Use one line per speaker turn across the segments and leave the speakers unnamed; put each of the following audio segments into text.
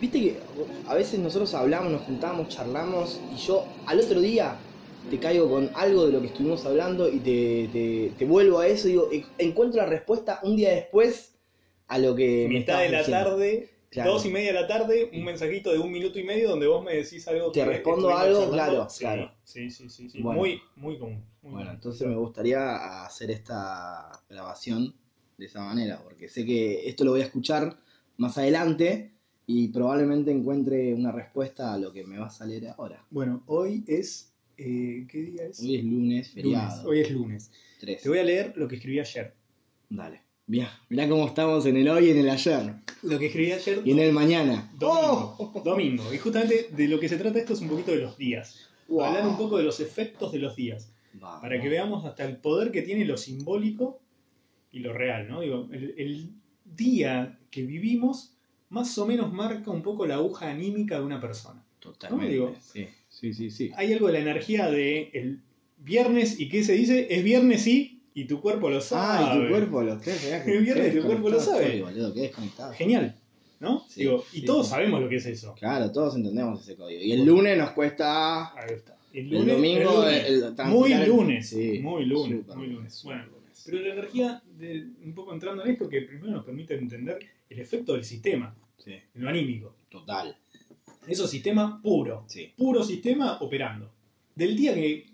Viste que a veces nosotros hablamos, nos juntamos, charlamos y yo al otro día te caigo con algo de lo que estuvimos hablando y te, te, te vuelvo a eso y digo, e- encuentro la respuesta un día después a lo que... Eh, me estabas
Mitad de la
diciendo.
tarde,
Claro.
dos y media de la tarde, un mensajito de un minuto y medio donde vos me decís algo.
Te
que
respondo
estuvimos
algo,
charlando.
claro,
Sí,
claro.
Sí, sí, sí. sí.
Bueno.
Muy, muy común. muy
Bueno,
común.
entonces me gustaría hacer esta grabación de esa manera, porque sé que esto lo voy a escuchar más adelante y probablemente encuentre una respuesta a lo que me va a salir ahora.
Bueno, hoy es. eh, ¿Qué día es?
Hoy es lunes,
Lunes.
feriado.
Hoy es lunes.
13.
Te voy a leer lo que escribí ayer.
Dale. Mirá, mirá cómo estamos en el hoy y en el ayer.
Lo que escribí ayer.
Y en el mañana. Oh,
Domingo. Domingo. Y justamente de lo que se trata esto es un poquito de los días.
Wow.
Hablar un poco de los efectos de los días.
Vamos.
Para que veamos hasta el poder que tiene lo simbólico y lo real, ¿no? Digo, el, el día que vivimos más o menos marca un poco la aguja anímica de una persona.
Totalmente.
¿Cómo digo?
Sí, sí, sí. sí.
Hay algo de la energía de el viernes y qué se dice, es viernes sí, y tu cuerpo lo sabe.
Ah, y tu cuerpo lo qué mirá que-
El viernes
qué
tu cuerpo lo
desconectado
sabe.
estoy, boludo, qué desconectado.
Genial, ¿no?
Sí,
Digo, y
sí,
todos
sí.
sabemos lo que es eso.
Claro, todos entendemos ese código. Y el lunes nos cuesta.
Ahí está. El,
el
lunes- el
domingo, eh,
lunes.
el- el transitar
Muy
el-
lunes,
Sí,
muy lunes,
súper
muy lunes.
súper
Bueno,
lunes.
Pero la energía, de- un poco entrando en esto, que primero nos permite entender el efecto del sistema,
Sí,
en lo anímico.
total.
Eso es sistema puro,
Sí.
puro sistema operando. Del día que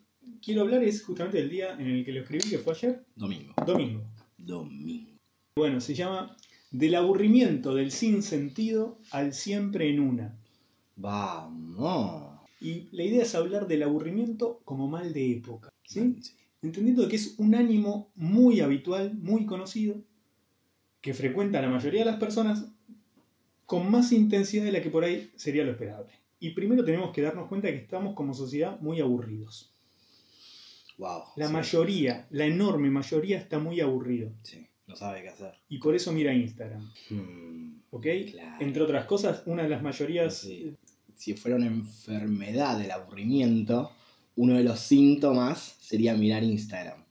quiero hablar es justamente el día en el que lo escribí, que fue ayer,
Domingo.
domingo.
Domingo.
Bueno, se llama Del aburrimiento del sinsentido al siempre en una.
Vamos.
Y la idea es hablar del aburrimiento como mal de época, ¿sí?
Sí.
Entendiendo que es un ánimo muy habitual, muy conocido, que frecuenta a la mayoría de las personas con más intensidad de la que por ahí sería lo esperable. Y primero tenemos que darnos cuenta que estamos como sociedad muy aburridos.
Wow.
La
sí,
mayoría, la enorme mayoría está muy aburrido.
Sí, no sabe qué hacer.
Y por eso mira Instagram,
Hmm,
¿ok?
claro.
Entre otras cosas, una de las mayorías...
Sí. Si fuera una enfermedad del aburrimiento, uno de los síntomas sería mirar Instagram.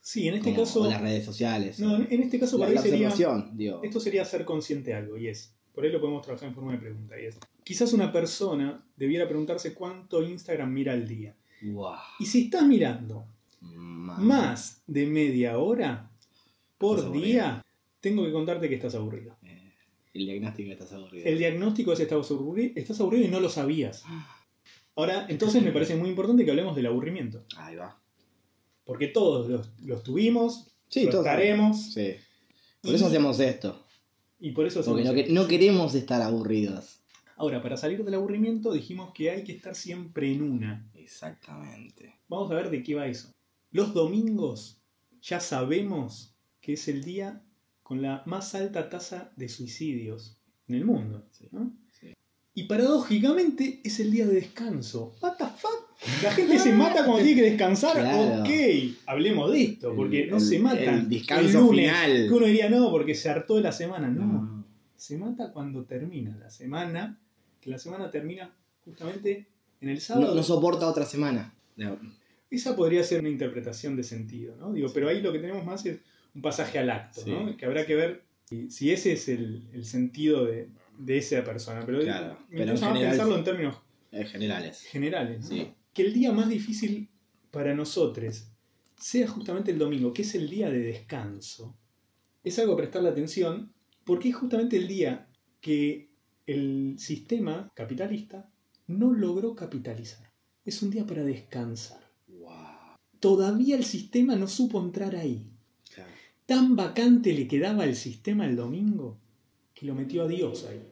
Sí, en este
como-
caso...
o las redes sociales.
No,
o-
en este caso
la,
por ahí
la
sería...
observación, digo.
Esto sería ser consciente de algo, y es. Por ahí lo podemos trabajar en forma de pregunta, y es. Quizás una persona debiera preguntarse cuánto Instagram mira al día.
Guau,
Y si estás mirando
man.
más de media hora por
Estás
día, tengo que contarte que estás aburrido.
Eh, el diagnóstico estás aburrido.
El diagnóstico es estás aburrido, estás aburrido y no lo sabías.
Ah.
Ahora, entonces me parece muy importante que hablemos del aburrimiento.
Ahí va.
Porque todos los, los tuvimos,
Sí,
los
todos.
haremos.
Sí. Por eso hacemos esto.
Y por eso
Porque
hacemos
no, que- no queremos estar aburridos.
Ahora, para salir del aburrimiento dijimos que hay que estar siempre en una.
Exactamente.
Vamos a ver de qué va eso. Los domingos ya sabemos que es el día con la más alta tasa de suicidios en el mundo.
Sí,
¿no?
sí.
Y paradójicamente es el día de descanso. ¿What the fuck? La gente se mata cuando tiene que descansar.
Claro.
Ok, hablemos de esto, porque
El-
no se
el-
matan.
el descanso final.
Que uno diría no, porque se hartó de la semana. no se mata cuando termina la semana, que la semana termina justamente en el sábado.
No, no soporta otra semana.
Esa podría ser una interpretación de sentido, ¿no? Digo, pero ahí lo que tenemos más es un pasaje al acto,
Sí.
¿no? Que habrá que ver si, si ese es el, el sentido de, de esa persona. Pero,
Claro,
me
pero en
interesa más
general-
pensarlo en términos
En generales.
generales, ¿no?
Sí.
Que el día más difícil para nosotros sea justamente el domingo, que es el día de descanso, es algo a prestarle atención porque es justamente el día que el sistema capitalista no logró capitalizar. Es un día para descansar.
Wow.
Todavía el sistema no supo entrar ahí.
Claro.
Tan vacante le quedaba el sistema el domingo que lo metió a Dios ahí.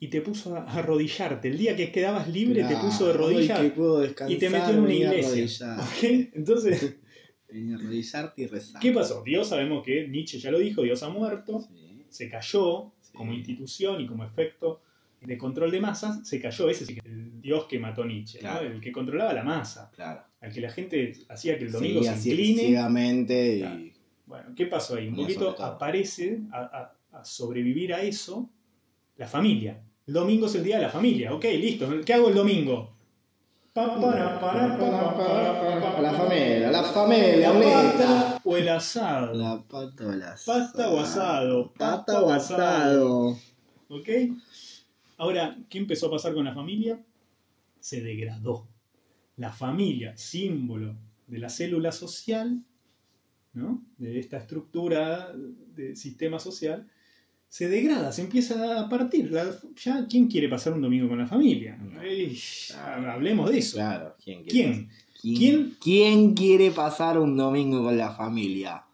Y te puso a a arrodillarte. El día que quedabas libre te puso de
Ay,
rodillas.
que puedo descansar,
y te metió en una
venía a
iglesia.
arrodillar.
¿Ok? Entonces,
Venía a arrodillarte y rezar.
¿qué pasó? Dios sabemos que Nietzsche ya lo dijo, Dios ha muerto,
Sí.
se cayó
Sí.
como institución y como efecto de control de masas, se cayó ese sí que es el Dios que mató Nietzsche, ¿no?
Claro.
el que controlaba la masa,
Claro.
al que la gente hacía que el domingo
Seguía
se incline.
ciegamente y.
Claro. Bueno, ¿qué pasó ahí? Un
Venía
poquito
sobre todo.
aparece a, a- a sobrevivir a eso la familia. El domingo es el día de la familia, ok, listo, ¿qué hago el domingo?
La familia, la familia, neta.
pata o el asado.
La pata o la
Pasta o asado.
Pata o asado.
¿Ok? Ahora, ¿qué empezó a pasar con la familia? Se degradó. La familia, símbolo de la célula social, ¿no? De esta estructura de sistema social, se degrada, se empieza a partir. La- ya, ¿quién quiere pasar un domingo con la familia?
No.
Ey, ya, hablemos de eso.
Claro, ¿quién quiere?
¿Quién?
¿Quién? ¿Quién quiere pasar un domingo con la familia?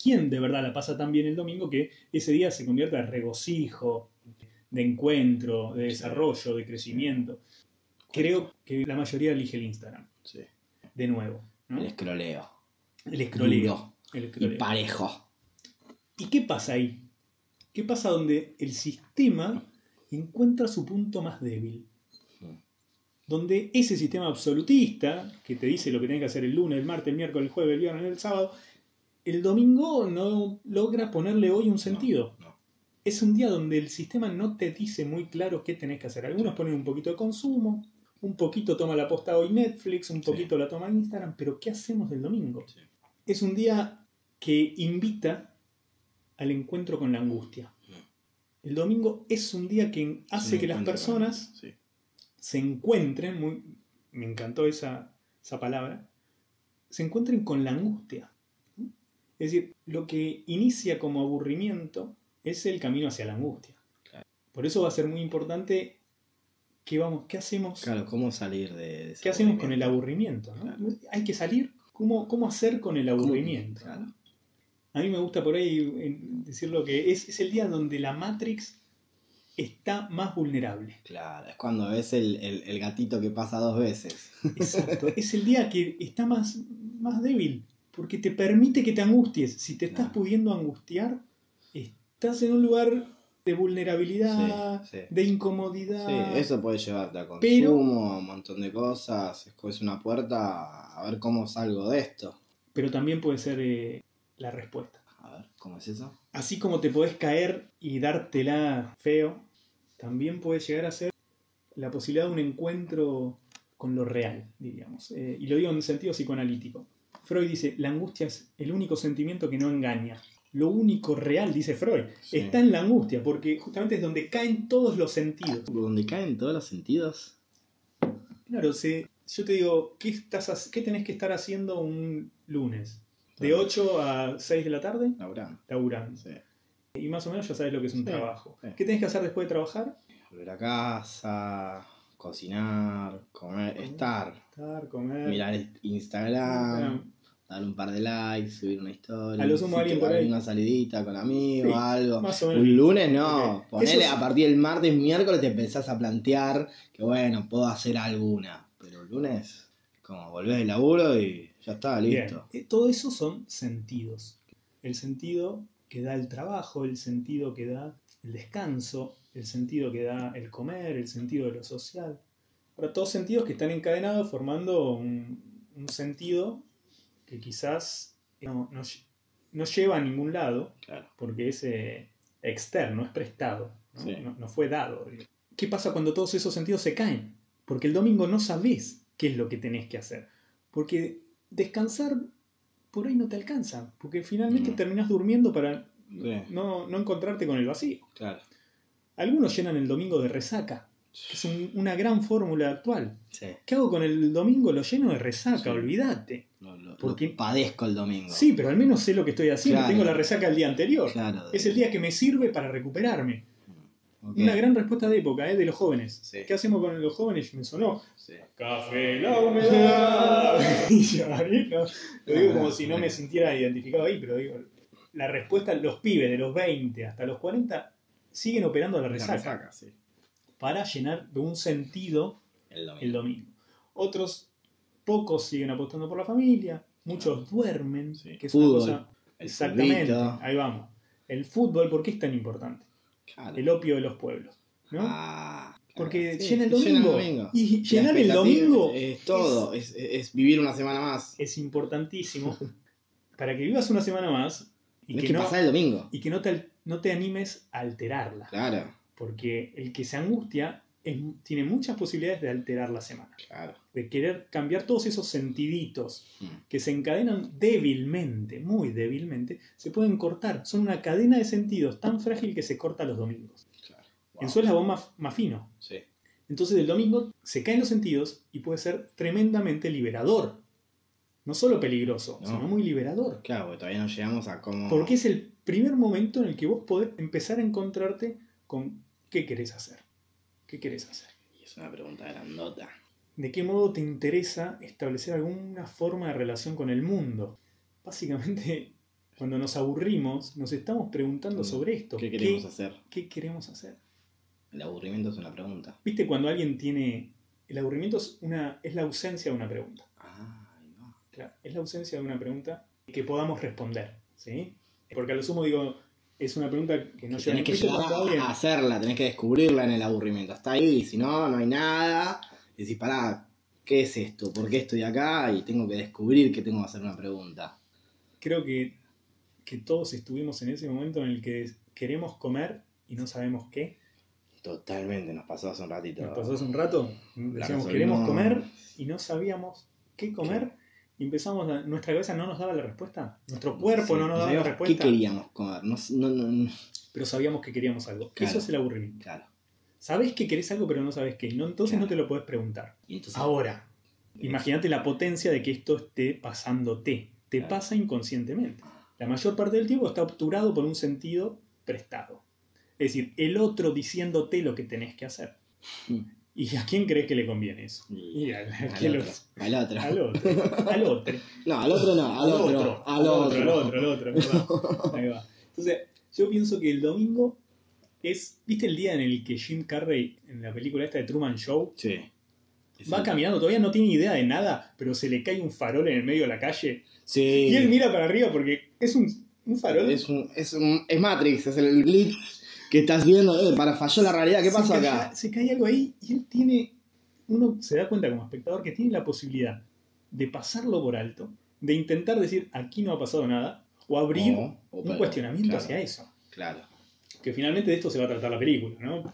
¿Quién de verdad la pasa tan bien el domingo que ese día se convierta en regocijo, de encuentro, de desarrollo, de crecimiento? Creo que la mayoría elige el Instagram,
Sí.
de nuevo. ¿no?
El escroleo.
El escroleo.
Duro
El
Y
escroleo.
parejo.
¿Y qué pasa ahí? ¿Qué pasa donde el sistema encuentra su punto más débil?
Mm.
Donde ese sistema absolutista, que te dice lo que tenés que hacer el lunes, el martes, el miércoles, el jueves, el viernes, el sábado, el domingo no logra ponerle hoy un sentido.
No, no.
es un día donde el sistema no te dice muy claro qué tenés que hacer. Algunos ponen un poquito de consumo, un poquito toma la posta hoy Netflix, un poquito la toma Instagram, pero ¿qué hacemos del domingo?
Sí.
Es un día que invita al encuentro con la angustia. El domingo es un día que hace
Mm. Sí,
que las
encuentro
personas
con- sí.
se encuentren, muy, me encantó esa, esa palabra, se encuentren con la angustia. Es decir, lo que inicia como aburrimiento es el camino hacia la angustia.
Claro.
Por eso va a ser muy importante qué, vamos, qué hacemos,
Claro, ¿cómo salir de, de ese
qué hacemos con el
aburrimiento?
aburrimiento. ¿no?
Claro.
Hay que salir. ¿Cómo, ¿Cómo hacer con el
¿Cómo-
aburrimiento?
Claro.
A mí me gusta por ahí eh, decirlo que es, es el día donde la Matrix está más vulnerable.
Claro, es cuando ves el, el- el gatito que pasa dos veces.
Exacto. es el día que está más, más débil, porque te permite que te angusties. Si te estás
Claro.
pudiendo angustiar, estás en un lugar de vulnerabilidad,
Sí, sí.
de incomodidad.
Sí, eso puede llevarte a consumo,
Pero-
a un montón de cosas. Es, es una puerta a ver cómo salgo de esto.
Pero también puede ser eh, la respuesta.
A ver, ¿cómo es eso?
Así como te podés caer y dártela feo, también puede llegar a ser la posibilidad de un encuentro con lo real, diríamos. Eh, y lo digo en sentido psicoanalítico. Freud dice, la angustia es el único sentimiento que no engaña. Lo único real, dice Freud,
Sí.
está en la angustia, porque justamente es donde caen todos los sentidos.
Donde caen todos los sentidos.
Claro, se- yo te digo, ¿qué, estás, ha- ¿qué tenés que estar haciendo un lunes? De 8 a 6 de la tarde,
Laburando,
laburando.
sí.
Y más o menos ya sabes lo que es un
Sí,
trabajo.
sí.
¿Qué tenés que hacer después de trabajar?
Volver a casa, cocinar, comer,
Ah.
estar.
Estar, comer.
Mirar Instagram, dar un par de likes, subir una historia.
A lo sumo
si
alguien
te-
por ahí.
alguna salidita con amigos,
Sí,
algo.
Más o menos.
Ah, Un lunes no,
Ok.
ponele
Eso es-
a partir del martes, miércoles te empezás a plantear que bueno, puedo hacer alguna, pero el lunes como volvés del laburo y ya está, Ah,
Bien.
listo.
Eh, Todo eso son sentidos. El sentido que da el trabajo, el sentido que da el descanso, el sentido que da el comer, el sentido de lo social. Ahora, todos sentidos que están encadenados formando un, un sentido que quizás no, no lle- no lleva a ningún lado,
Claro.
porque es eh, externo, es prestado, ¿no?
Sí.
No- no fue dado. ¿Qué pasa cuando todos esos sentidos se caen? Porque el domingo no sabés qué es lo que tenés que hacer. Porque descansar por ahí no te alcanza, porque finalmente
Mm.
terminás durmiendo para
Sí,
no, no encontrarte con el vacío.
claro.
Algunos llenan el domingo de resaca, que es un- una gran fórmula actual.
Sí,
¿Qué hago con el domingo? Lo lleno de resaca,
Sí.
olvídate.
lo, lo-
Porque-
lo padezco el domingo.
Sí, pero al menos sé lo que estoy haciendo.
Claro.
Tengo la resaca el día anterior.
claro. Mm,
Es el día que me sirve para recuperarme.
Ok.
Una gran respuesta de época, ¿eh? de los jóvenes.
Sí.
¿Qué hacemos con los jóvenes? Me sonó.
Sí.
Café la humedad. Y yo, ¿eh? No, lo digo como si no me sintiera identificado ahí, pero digo, la respuesta, los pibes de los 20 hasta los 40 siguen operando a la
La
resaca,
resaca, sí.
para llenar de un sentido
El domingo.
el domingo. Otros, pocos siguen apostando por la familia, muchos duermen,
Sí.
que es
Fútbol,
una cosa...
El
Exactamente, Ah,
fulbito.
ahí vamos. El fútbol, ¿por qué es tan importante?
Claro.
El opio de los pueblos. ¿no?
Ah, claro.
Porque
Sí,
llena el
llena
domingo. Y
La
llenar el
expectativa
domingo Eh,
Es todo, es, es- es vivir una semana más.
es importantísimo para que vivas una semana más y
Tenés
que,
que,
no,
pasar el domingo.
y que no, te, al- no te animes a alterarla.
Claro.
Porque el que se angustia es- tiene muchas posibilidades de alterar la semana,
Claro.
de querer cambiar todos esos sentiditos
Mm.
que se encadenan débilmente, muy débilmente, se pueden cortar. Son una cadena de sentidos tan frágil que se corta los domingos.
Claro.
En
Wow.
su eslabón más, más fino.
Sí.
Entonces el domingo se caen los sentidos y puede ser tremendamente liberador. No solo peligroso,
No.
sino muy liberador.
Claro, porque todavía no llegamos a cómo.
Porque es el primer momento en el que vos podés empezar a encontrarte con qué querés hacer. ¿Qué querés hacer?
Y es una pregunta grandota.
¿De qué modo te interesa establecer alguna forma de relación con el mundo? Básicamente, cuando nos aburrimos, nos estamos preguntando
Sí.
sobre esto.
¿Qué queremos hacer?
qué queremos hacer?
El aburrimiento es una pregunta.
¿Viste cuando alguien tiene... El aburrimiento es, una, es la ausencia de una pregunta.
Ah, ahí va.
Claro, es la ausencia de una pregunta que podamos responder. ¿sí? Porque a lo sumo digo, es una pregunta que no
Que
llega
tenés que
¿Viste
llegar
cuando alguien-
a- a hacerla, tenés que descubrirla en el aburrimiento. Hasta ahí, si no, no hay nada. Decís, pará, ¿qué es esto? ¿Por qué estoy acá? Y tengo que descubrir que tengo que hacer una pregunta.
creo que, que todos estuvimos en ese momento en el que queremos comer y no sabemos qué.
Totalmente, nos pasó hace un ratito.
Nos pasó hace un rato,
La
decíamos
resolvimos.
queremos comer y no sabíamos qué comer. Y empezamos, a- nuestra cabeza no nos daba la respuesta, nuestro cuerpo
Sí,
no nos daba la
sabíamos
respuesta,
¿Qué queríamos comer? No, no, no, no.
pero sabíamos que queríamos algo.
Claro.
Eso es el aburrimiento.
Claro.
Sabés que querés algo, pero no sabés qué, ¿no? entonces
Claro.
no te lo podés preguntar.
Y entonces,
Ahora, Ah, imagínate la potencia de que esto esté pasándote, te
Claro.
pasa inconscientemente. La mayor parte del tiempo está obturado por un sentido prestado. Es decir, el otro diciéndote lo que tenés que hacer.
Mm.
¿Y a quién crees que le conviene eso?
Y-
Y al, al que
al
lo-
otro, al otro.
al otro. Al otro.
No, al otro no, al otro. Al otro.
Al otro, al otro. ¿verdad? Ahí va. Entonces, yo pienso que el domingo es. ¿Viste el día en el que Jim Carrey, en la película esta de Truman Show,
Sí. Es
va
el-
caminando, todavía no tiene idea de nada, pero se le cae un farol en el medio de la calle?
Sí.
Y él mira para arriba porque es un, un farol.
Es, un, es, un, es Matrix, es el glitch que estás viendo. Eh, para falló la realidad, ¿qué
Se
pasó
cae-
acá?
Se cae algo ahí y él tiene, uno se da cuenta como espectador que tiene la posibilidad de pasarlo por alto, de intentar decir aquí no ha pasado nada, o abrir
O- o
un
Oh, pero-
cuestionamiento
claro,
hacia eso.
Claro,
Que finalmente de esto se va a tratar la película, ¿no?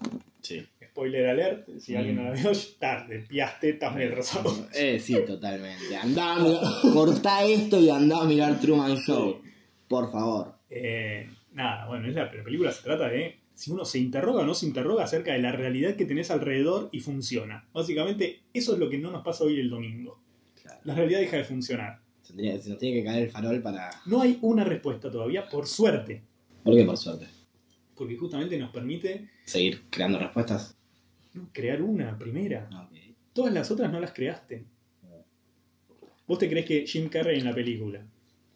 sí.
Spoiler alert, si
Mm.
alguien no la vio, tarde, piaste, estás medio atrasado.
Eh, sí, totalmente. Andá a mirar, cortá esto y andá a mirar Truman Show. Por favor.
Eh, nada, bueno, es la, la película se trata de si uno se interroga o no se interroga acerca de la realidad que tenés alrededor y funciona. Básicamente, eso es lo que no nos pasa hoy el domingo.
Claro.
La realidad deja de funcionar.
Tendría- se nos tiene que caer el farol para.
No hay una respuesta todavía, por suerte,
¿Por qué, por suerte?
porque justamente nos permite
Seguir creando respuestas.
crear una primera. Todas las otras no las creaste. Vos te crees que Jim Carrey en la película,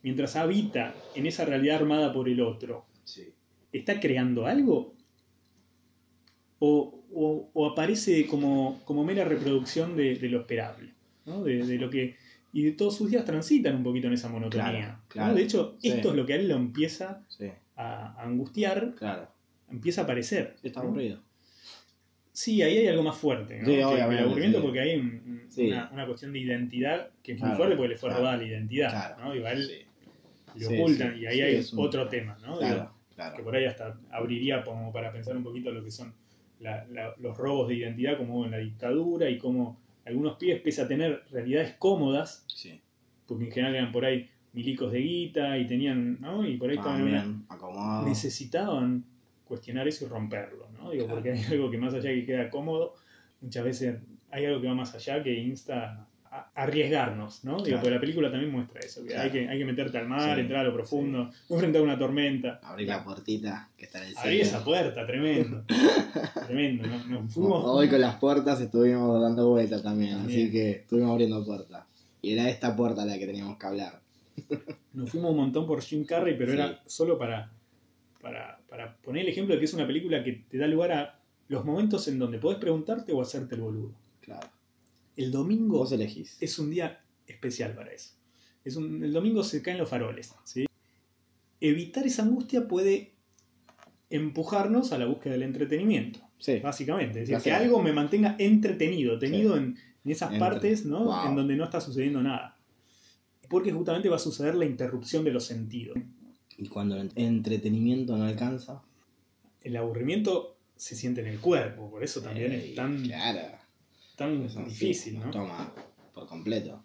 mientras habita en esa realidad armada por el otro,
Sí.
¿está creando algo? ¿O, o- o aparece como, como mera reproducción de, de lo esperable? ¿no? De, de lo que, y de todos sus días transitan un poquito en esa monotonía.
Claro,
¿no?
claro.
De hecho,
Sí.
esto es lo que a él lo empieza
Sí,
a a angustiar
claro.
empieza a aparecer.
Está aburrido.
Sí, ahí hay algo más fuerte, ¿no?
Sí,
Que- que
obviamente,
el aburrimiento
sí.
porque hay un-
Sí.
una, una cuestión de identidad que es muy
Claro,
fuerte porque le fue
claro.
robada la identidad,
Claro.
¿no? Igual
Sí.
le
Sí,
ocultan
sí.
y ahí
Sí,
hay
es un-
otro tema, ¿no? Digo,
Claro,
que
claro.
por ahí hasta abriría como para pensar un poquito lo que son la- la- los robos de identidad como hubo en la dictadura y cómo algunos pibes, pese a tener realidades cómodas,
Sí.
porque en general eran por ahí milicos de guita y tenían, ¿no? Y por
Ah,
ahí estaban en una,
También, acomodado.
necesitaban cuestionar eso y romperlo, ¿no? Digo,
Claro.
porque hay algo que más allá que queda cómodo, muchas veces hay algo que va más allá que insta a arriesgarnos, ¿no? Digo,
Claro.
porque la película también muestra eso, que,
Claro.
hay, que hay que meterte al mar,
Sí,
entrar a lo profundo, enfrentar una tormenta.
Abrir la puertita que está en el
Abrí
cielo.
esa puerta, tremendo. tremendo, ¿no? Nos fuimos.
Hoy con las puertas estuvimos dando vueltas también,
También.
así que estuvimos abriendo puertas. Y era esta puerta la que teníamos que hablar.
Nos fuimos un montón por Jim Carrey, pero
Sí.
era solo para, para, para poner el ejemplo de que es una película que te da lugar a los momentos en donde podés preguntarte o hacerte el boludo.
Claro.
El domingo
Vos elegís.
es un día especial para eso. Es un- el domingo se caen los faroles. ¿sí? Evitar esa angustia puede empujarnos a la búsqueda del entretenimiento,
Sí.
básicamente. Es decir, que
Placer.
algo me mantenga entretenido, tenido en, en esas
Entre-
partes ¿no?
Wow.
en donde no está sucediendo nada. Porque justamente va a suceder la interrupción de los sentidos.
Y cuando el entretenimiento no alcanza,
El aburrimiento se siente en el cuerpo, por eso también
Ey,
es tan,
Claro.
tan
Eso sí,
difícil,
nos
¿no?
Toma, por completo.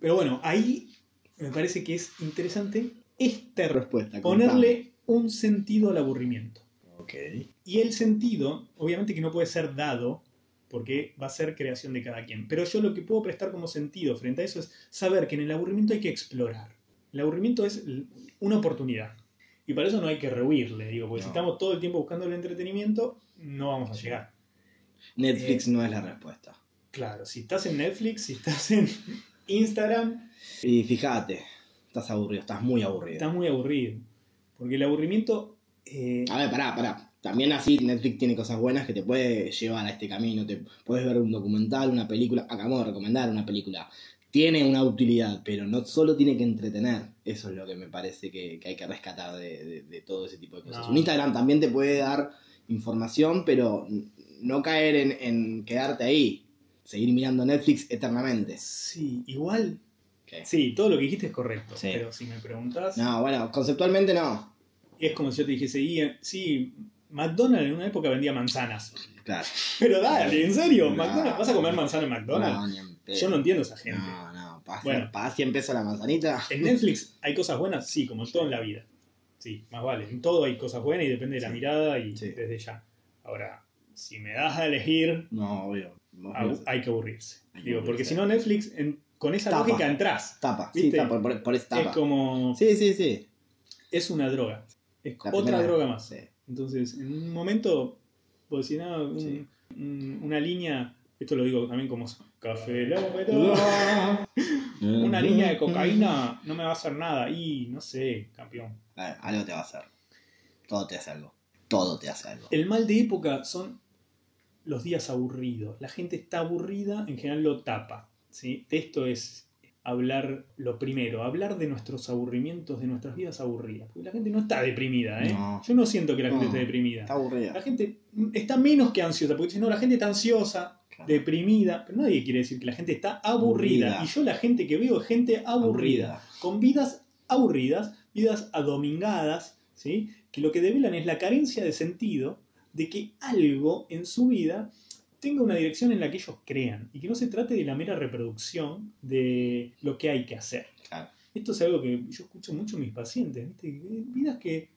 Pero bueno, ahí me parece que es interesante este
Respuesta.
ponerle un sentido al aburrimiento.
contame. Ok.
Y el sentido, obviamente que no puede ser dado, porque va a ser creación de cada quien. Pero yo lo que puedo prestar como sentido frente a eso es saber que en el aburrimiento hay que explorar. El aburrimiento es l- una oportunidad. Y para eso no hay que rehuirle, digo, porque si
No.
estamos todo el tiempo buscando el entretenimiento, no vamos a llegar. Eh,
Netflix no es la respuesta.
Claro, si estás en Netflix, si estás en Instagram,
Y fíjate, estás aburrido, estás muy aburrido.
estás muy aburrido. Porque el aburrimiento... eh,
A ver, pará, pará. También así Netflix tiene cosas buenas que te puede llevar a este camino. Te puedes ver un documental, una película. Acabamos de recomendar una película. Tiene una utilidad, pero no solo tiene que entretener. Eso es lo que me parece que, que hay que rescatar de, de- de todo ese tipo de cosas.
No.
Un Instagram también te puede dar información, pero no caer en, en quedarte ahí. Seguir mirando Netflix eternamente.
sí, igual...
¿Qué?
Sí, todo lo que dijiste es correcto,
Sí.
pero si me preguntas...
No, bueno, conceptualmente no.
es como si yo te dijese, y, eh, sí, McDonald's en una época vendía manzanas.
Claro.
Pero dale, en serio,
No.
McDonald's, ¿vas a comer manzana en McDonald's?
No, ni en pedo.
Yo no entiendo a esa gente.
No, no, pasa,
Bueno.
pasa 100 pesos la manzanita.
En Netflix hay cosas buenas, sí, como en todo en la vida. Sí, más vale, en todo hay cosas buenas y depende de la
Sí.
mirada y
Sí.
desde ya. Ahora, si me das a elegir,
No, obvio. Vos
abu-
mirás.
hay que aburrirse.
Hay que
Digo, porque
aburrirse.
si no Netflix, en- con esa
Tapa.
lógica entras.
Tapa, sí,
¿Viste?
tapa, por, por eso
Es
tapa.
como,
Sí, sí, sí.
es una droga. Es
La
otra
primera-
droga más.
sí.
Entonces, en un momento, vos decís, no, un-
Sí.
un- una línea, esto lo digo también como café, López, una línea de cocaína no me va a hacer nada. Y no sé, campeón.
Claro, algo te va a hacer. Todo te hace algo. Todo te hace algo.
El mal de época son los días aburridos. La gente está aburrida, en general lo tapa. ¿sí? Esto es hablar lo primero, hablar de nuestros aburrimientos, de nuestras vidas aburridas. Porque la gente no está deprimida, ¿eh?
No.
Yo no siento que la gente
No.
esté deprimida.
Está aburrido.
La gente está menos que ansiosa, porque dicen, no, la gente está ansiosa,
Claro.
deprimida, pero nadie quiere decir que la gente está aburrida.
Aburrida.
Y yo la gente que veo es gente aburrida, con vidas aburridas, vidas adomingadas, ¿sí? que lo que develan es la carencia de sentido de que algo en su vida tenga una dirección en la que ellos crean y que no se trate de la mera reproducción de lo que hay que hacer.
Claro.
Esto es algo que yo escucho mucho en mis pacientes, ¿viste? Que Vidas que,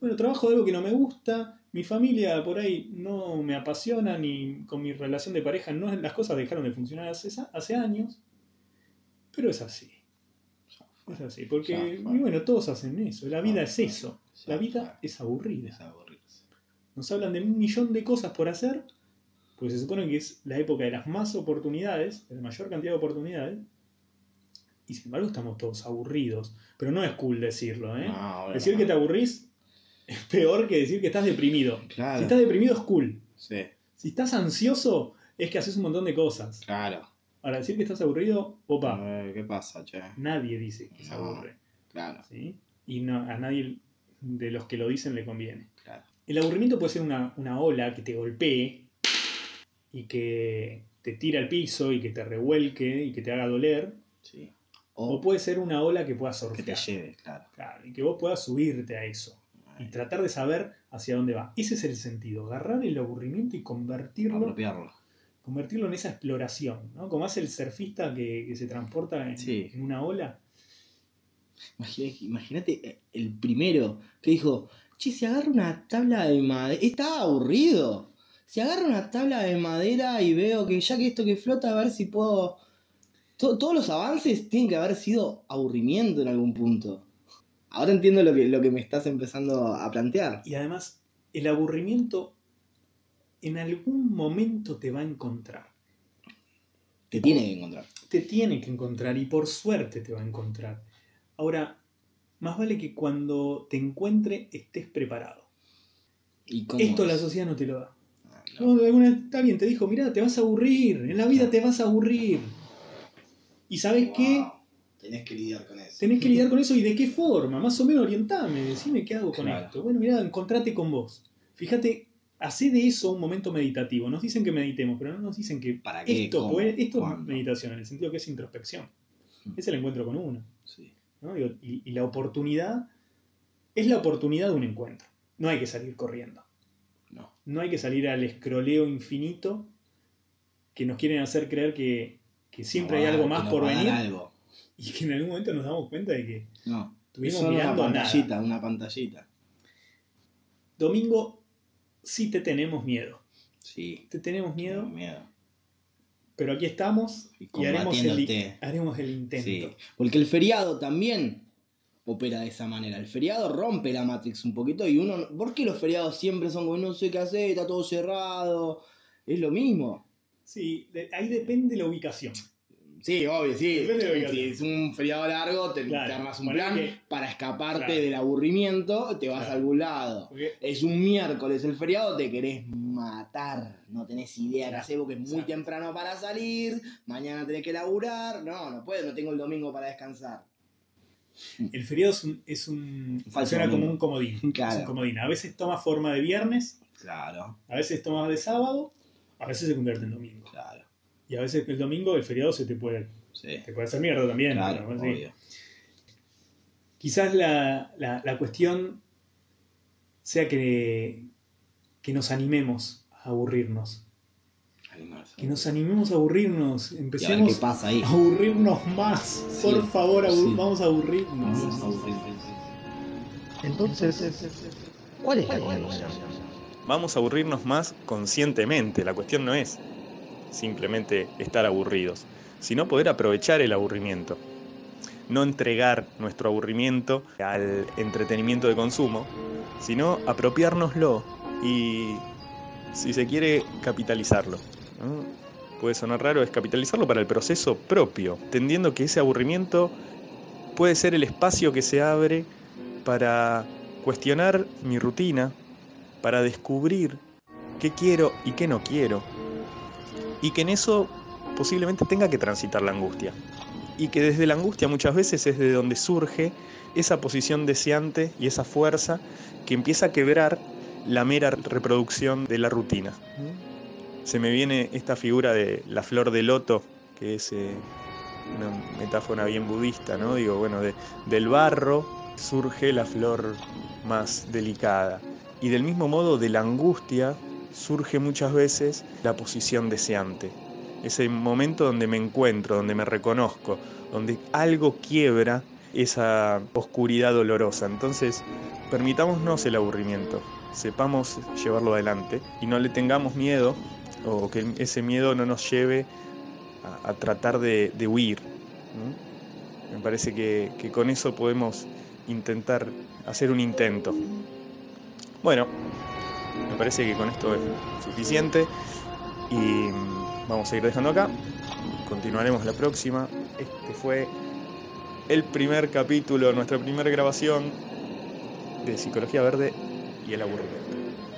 bueno, trabajo de algo que no me gusta, mi familia por ahí no me apasiona, ni con mi relación de pareja, no, las cosas dejaron de funcionar hace, hace años, pero es así. Es así, porque,
Ya, Ah, bueno.
y bueno, todos hacen eso, la vida es eso,
Sí,
la vida
claro.
es aburrida.
Es aburrido.
Nos hablan de un millón de cosas por hacer, pues se supone que es la época de las más oportunidades, de la mayor cantidad de oportunidades, y sin embargo estamos todos aburridos. Pero no es cool decirlo, ¿eh?
No, obvio,
decir
no.
que te aburrís es peor que decir que estás deprimido. Si
Claro.
estás deprimido es cool.
Sí,
Si estás ansioso es que haces un montón de cosas.
claro.
Ahora, decir que estás aburrido, opa,
Eh, ¿Qué pasa, che?
nadie dice que se
No.
aburre.
Claro,
¿sí? Y no, a nadie de los que lo dicen le conviene.
claro.
El aburrimiento puede ser una, una ola que te golpee y que te tira al piso y que te revuelque y que te haga doler.
Sí.
O
O
puede ser una ola que pueda
que te
sortear.
lleve, claro.
Claro, y que vos puedas subirte a eso y tratar de saber hacia dónde va. Ese es el sentido, agarrar el aburrimiento y convertirlo,
Apropiarlo.
convertirlo en esa exploración, ¿no? Como hace el surfista que, que se transporta en,
Sí.
en una ola.
Imagina- Imagínate eh, el primero que dijo, che, si agarra una tabla de madera, está aburrido. Si agarro una tabla de madera y veo que ya que esto que flota, a ver si puedo... To- todos los avances tienen que haber sido aburrimiento en algún punto. Ahora entiendo lo que, lo que me estás empezando a plantear.
Y además, el aburrimiento en algún momento te va a encontrar.
Te tiene que encontrar.
te tiene que encontrar y por suerte te va a encontrar. Ahora, más vale que cuando te encuentre estés preparado.
¿Y cómo
Esto
es?
la sociedad no te lo da.
Ah, no. Ah.
No, alguna vez alguien te dijo, mirá, te vas a aburrir, en la vida te vas a aburrir. Y sabes qué,
Wow. Tenés que lidiar con eso.
tenés que lidiar con eso y de qué forma, más o menos orientame, decime qué hago con
Claro.
esto. Bueno, mirá, encontrate con vos. Fíjate, hacé de eso un momento meditativo. Nos dicen que meditemos, pero no nos dicen que
¿Para qué?
esto,
¿Cómo?
puede- esto es
¿Cuándo?
meditación, en el sentido que es introspección.
Hmm.
Es el encuentro con uno.
Sí.
¿no? Digo, Y, y la oportunidad es la oportunidad de un encuentro. No hay que salir corriendo.
No.
No hay que salir al escroleo infinito que nos quieren hacer creer que, que
Nos
siempre hay
va a
algo
dar-
más
nos
por
va a dar
venir
algo.
y que en algún momento nos damos cuenta de que
No.
estuvimos
Solo una
mirando nada.
pantallita, una pantallita.
Domingo, sí te tenemos miedo.
Sí.
Te tenemos
Miedo.
miedo, pero aquí estamos
Y
y, haremos, el,
combatiéndote.
haremos el intento.
Sí. Porque el feriado también opera de esa manera. El feriado rompe la Matrix un poquito y uno... ¿Por qué los feriados siempre son como no sé qué hacer, está todo cerrado? Es lo mismo.
Sí, de- ahí depende la ubicación.
Sí, obvio, sí.
Depende de lo que
Si
hagas.
es un feriado largo, te,
Claro,
te armas un
ponele
plan
que-
para escaparte
claro.
del aburrimiento, te vas
Claro.
a algún lado.
Porque
Es un miércoles el feriado, te querés matar. No tenés idea qué
Claro,
hacer porque es muy
exacto.
temprano para salir, mañana tenés que laburar. No, no puedo, no tengo el domingo para descansar.
el feriado es un. Es un
Falso
funciona
domingo.
como un comodín.
Claro.
Es un comodín. A veces toma forma de viernes,
Claro,
a veces toma de sábado, a veces se convierte en domingo.
claro.
Y a veces el domingo el feriado se te puede.
Sí.
Te puede hacer mierda también. pero, pues sí. Quizás la, la- la cuestión sea que, que nos animemos a aburrirnos. Que nos animemos a aburrirnos.
Y a ver qué
Empecemos a
pasa ahí.
aburrirnos más.
Sí,
Por favor, abu-
sí.
vamos a aburrirnos.
Entonces, ¿cuál es la conclusión?
Vamos a aburrirnos más conscientemente. La cuestión no es simplemente estar aburridos, sino poder aprovechar el aburrimiento. No entregar nuestro aburrimiento al entretenimiento de consumo, sino apropiárnoslo y, si se quiere, capitalizarlo. ¿no? Puede sonar raro, es capitalizarlo para el proceso propio, entendiendo que ese aburrimiento puede ser el espacio que se abre para cuestionar mi rutina, para descubrir qué quiero y qué no quiero. Y que en eso posiblemente tenga que transitar la angustia. Y que desde la angustia muchas veces es de donde surge esa posición deseante y esa fuerza que empieza a quebrar la mera reproducción de la rutina. Se me viene esta figura de la flor de loto, que es eh, una metáfora bien budista, ¿no? Digo, bueno, de- del barro surge la flor más delicada. Y del mismo modo de la angustia surge muchas veces la posición deseante. Ese momento donde me encuentro, donde me reconozco, donde algo quiebra esa oscuridad dolorosa. Entonces, permitámonos el aburrimiento, sepamos llevarlo adelante y no le tengamos miedo o que ese miedo no nos lleve a, a tratar de, de huir. ¿no? Me parece que, que con eso podemos intentar hacer un intento. Bueno, me parece que con esto es suficiente y mm, vamos a ir dejando acá. Continuaremos la próxima. Este fue el primer capítulo, nuestra primera grabación de Psicología Verde y el aburrimiento.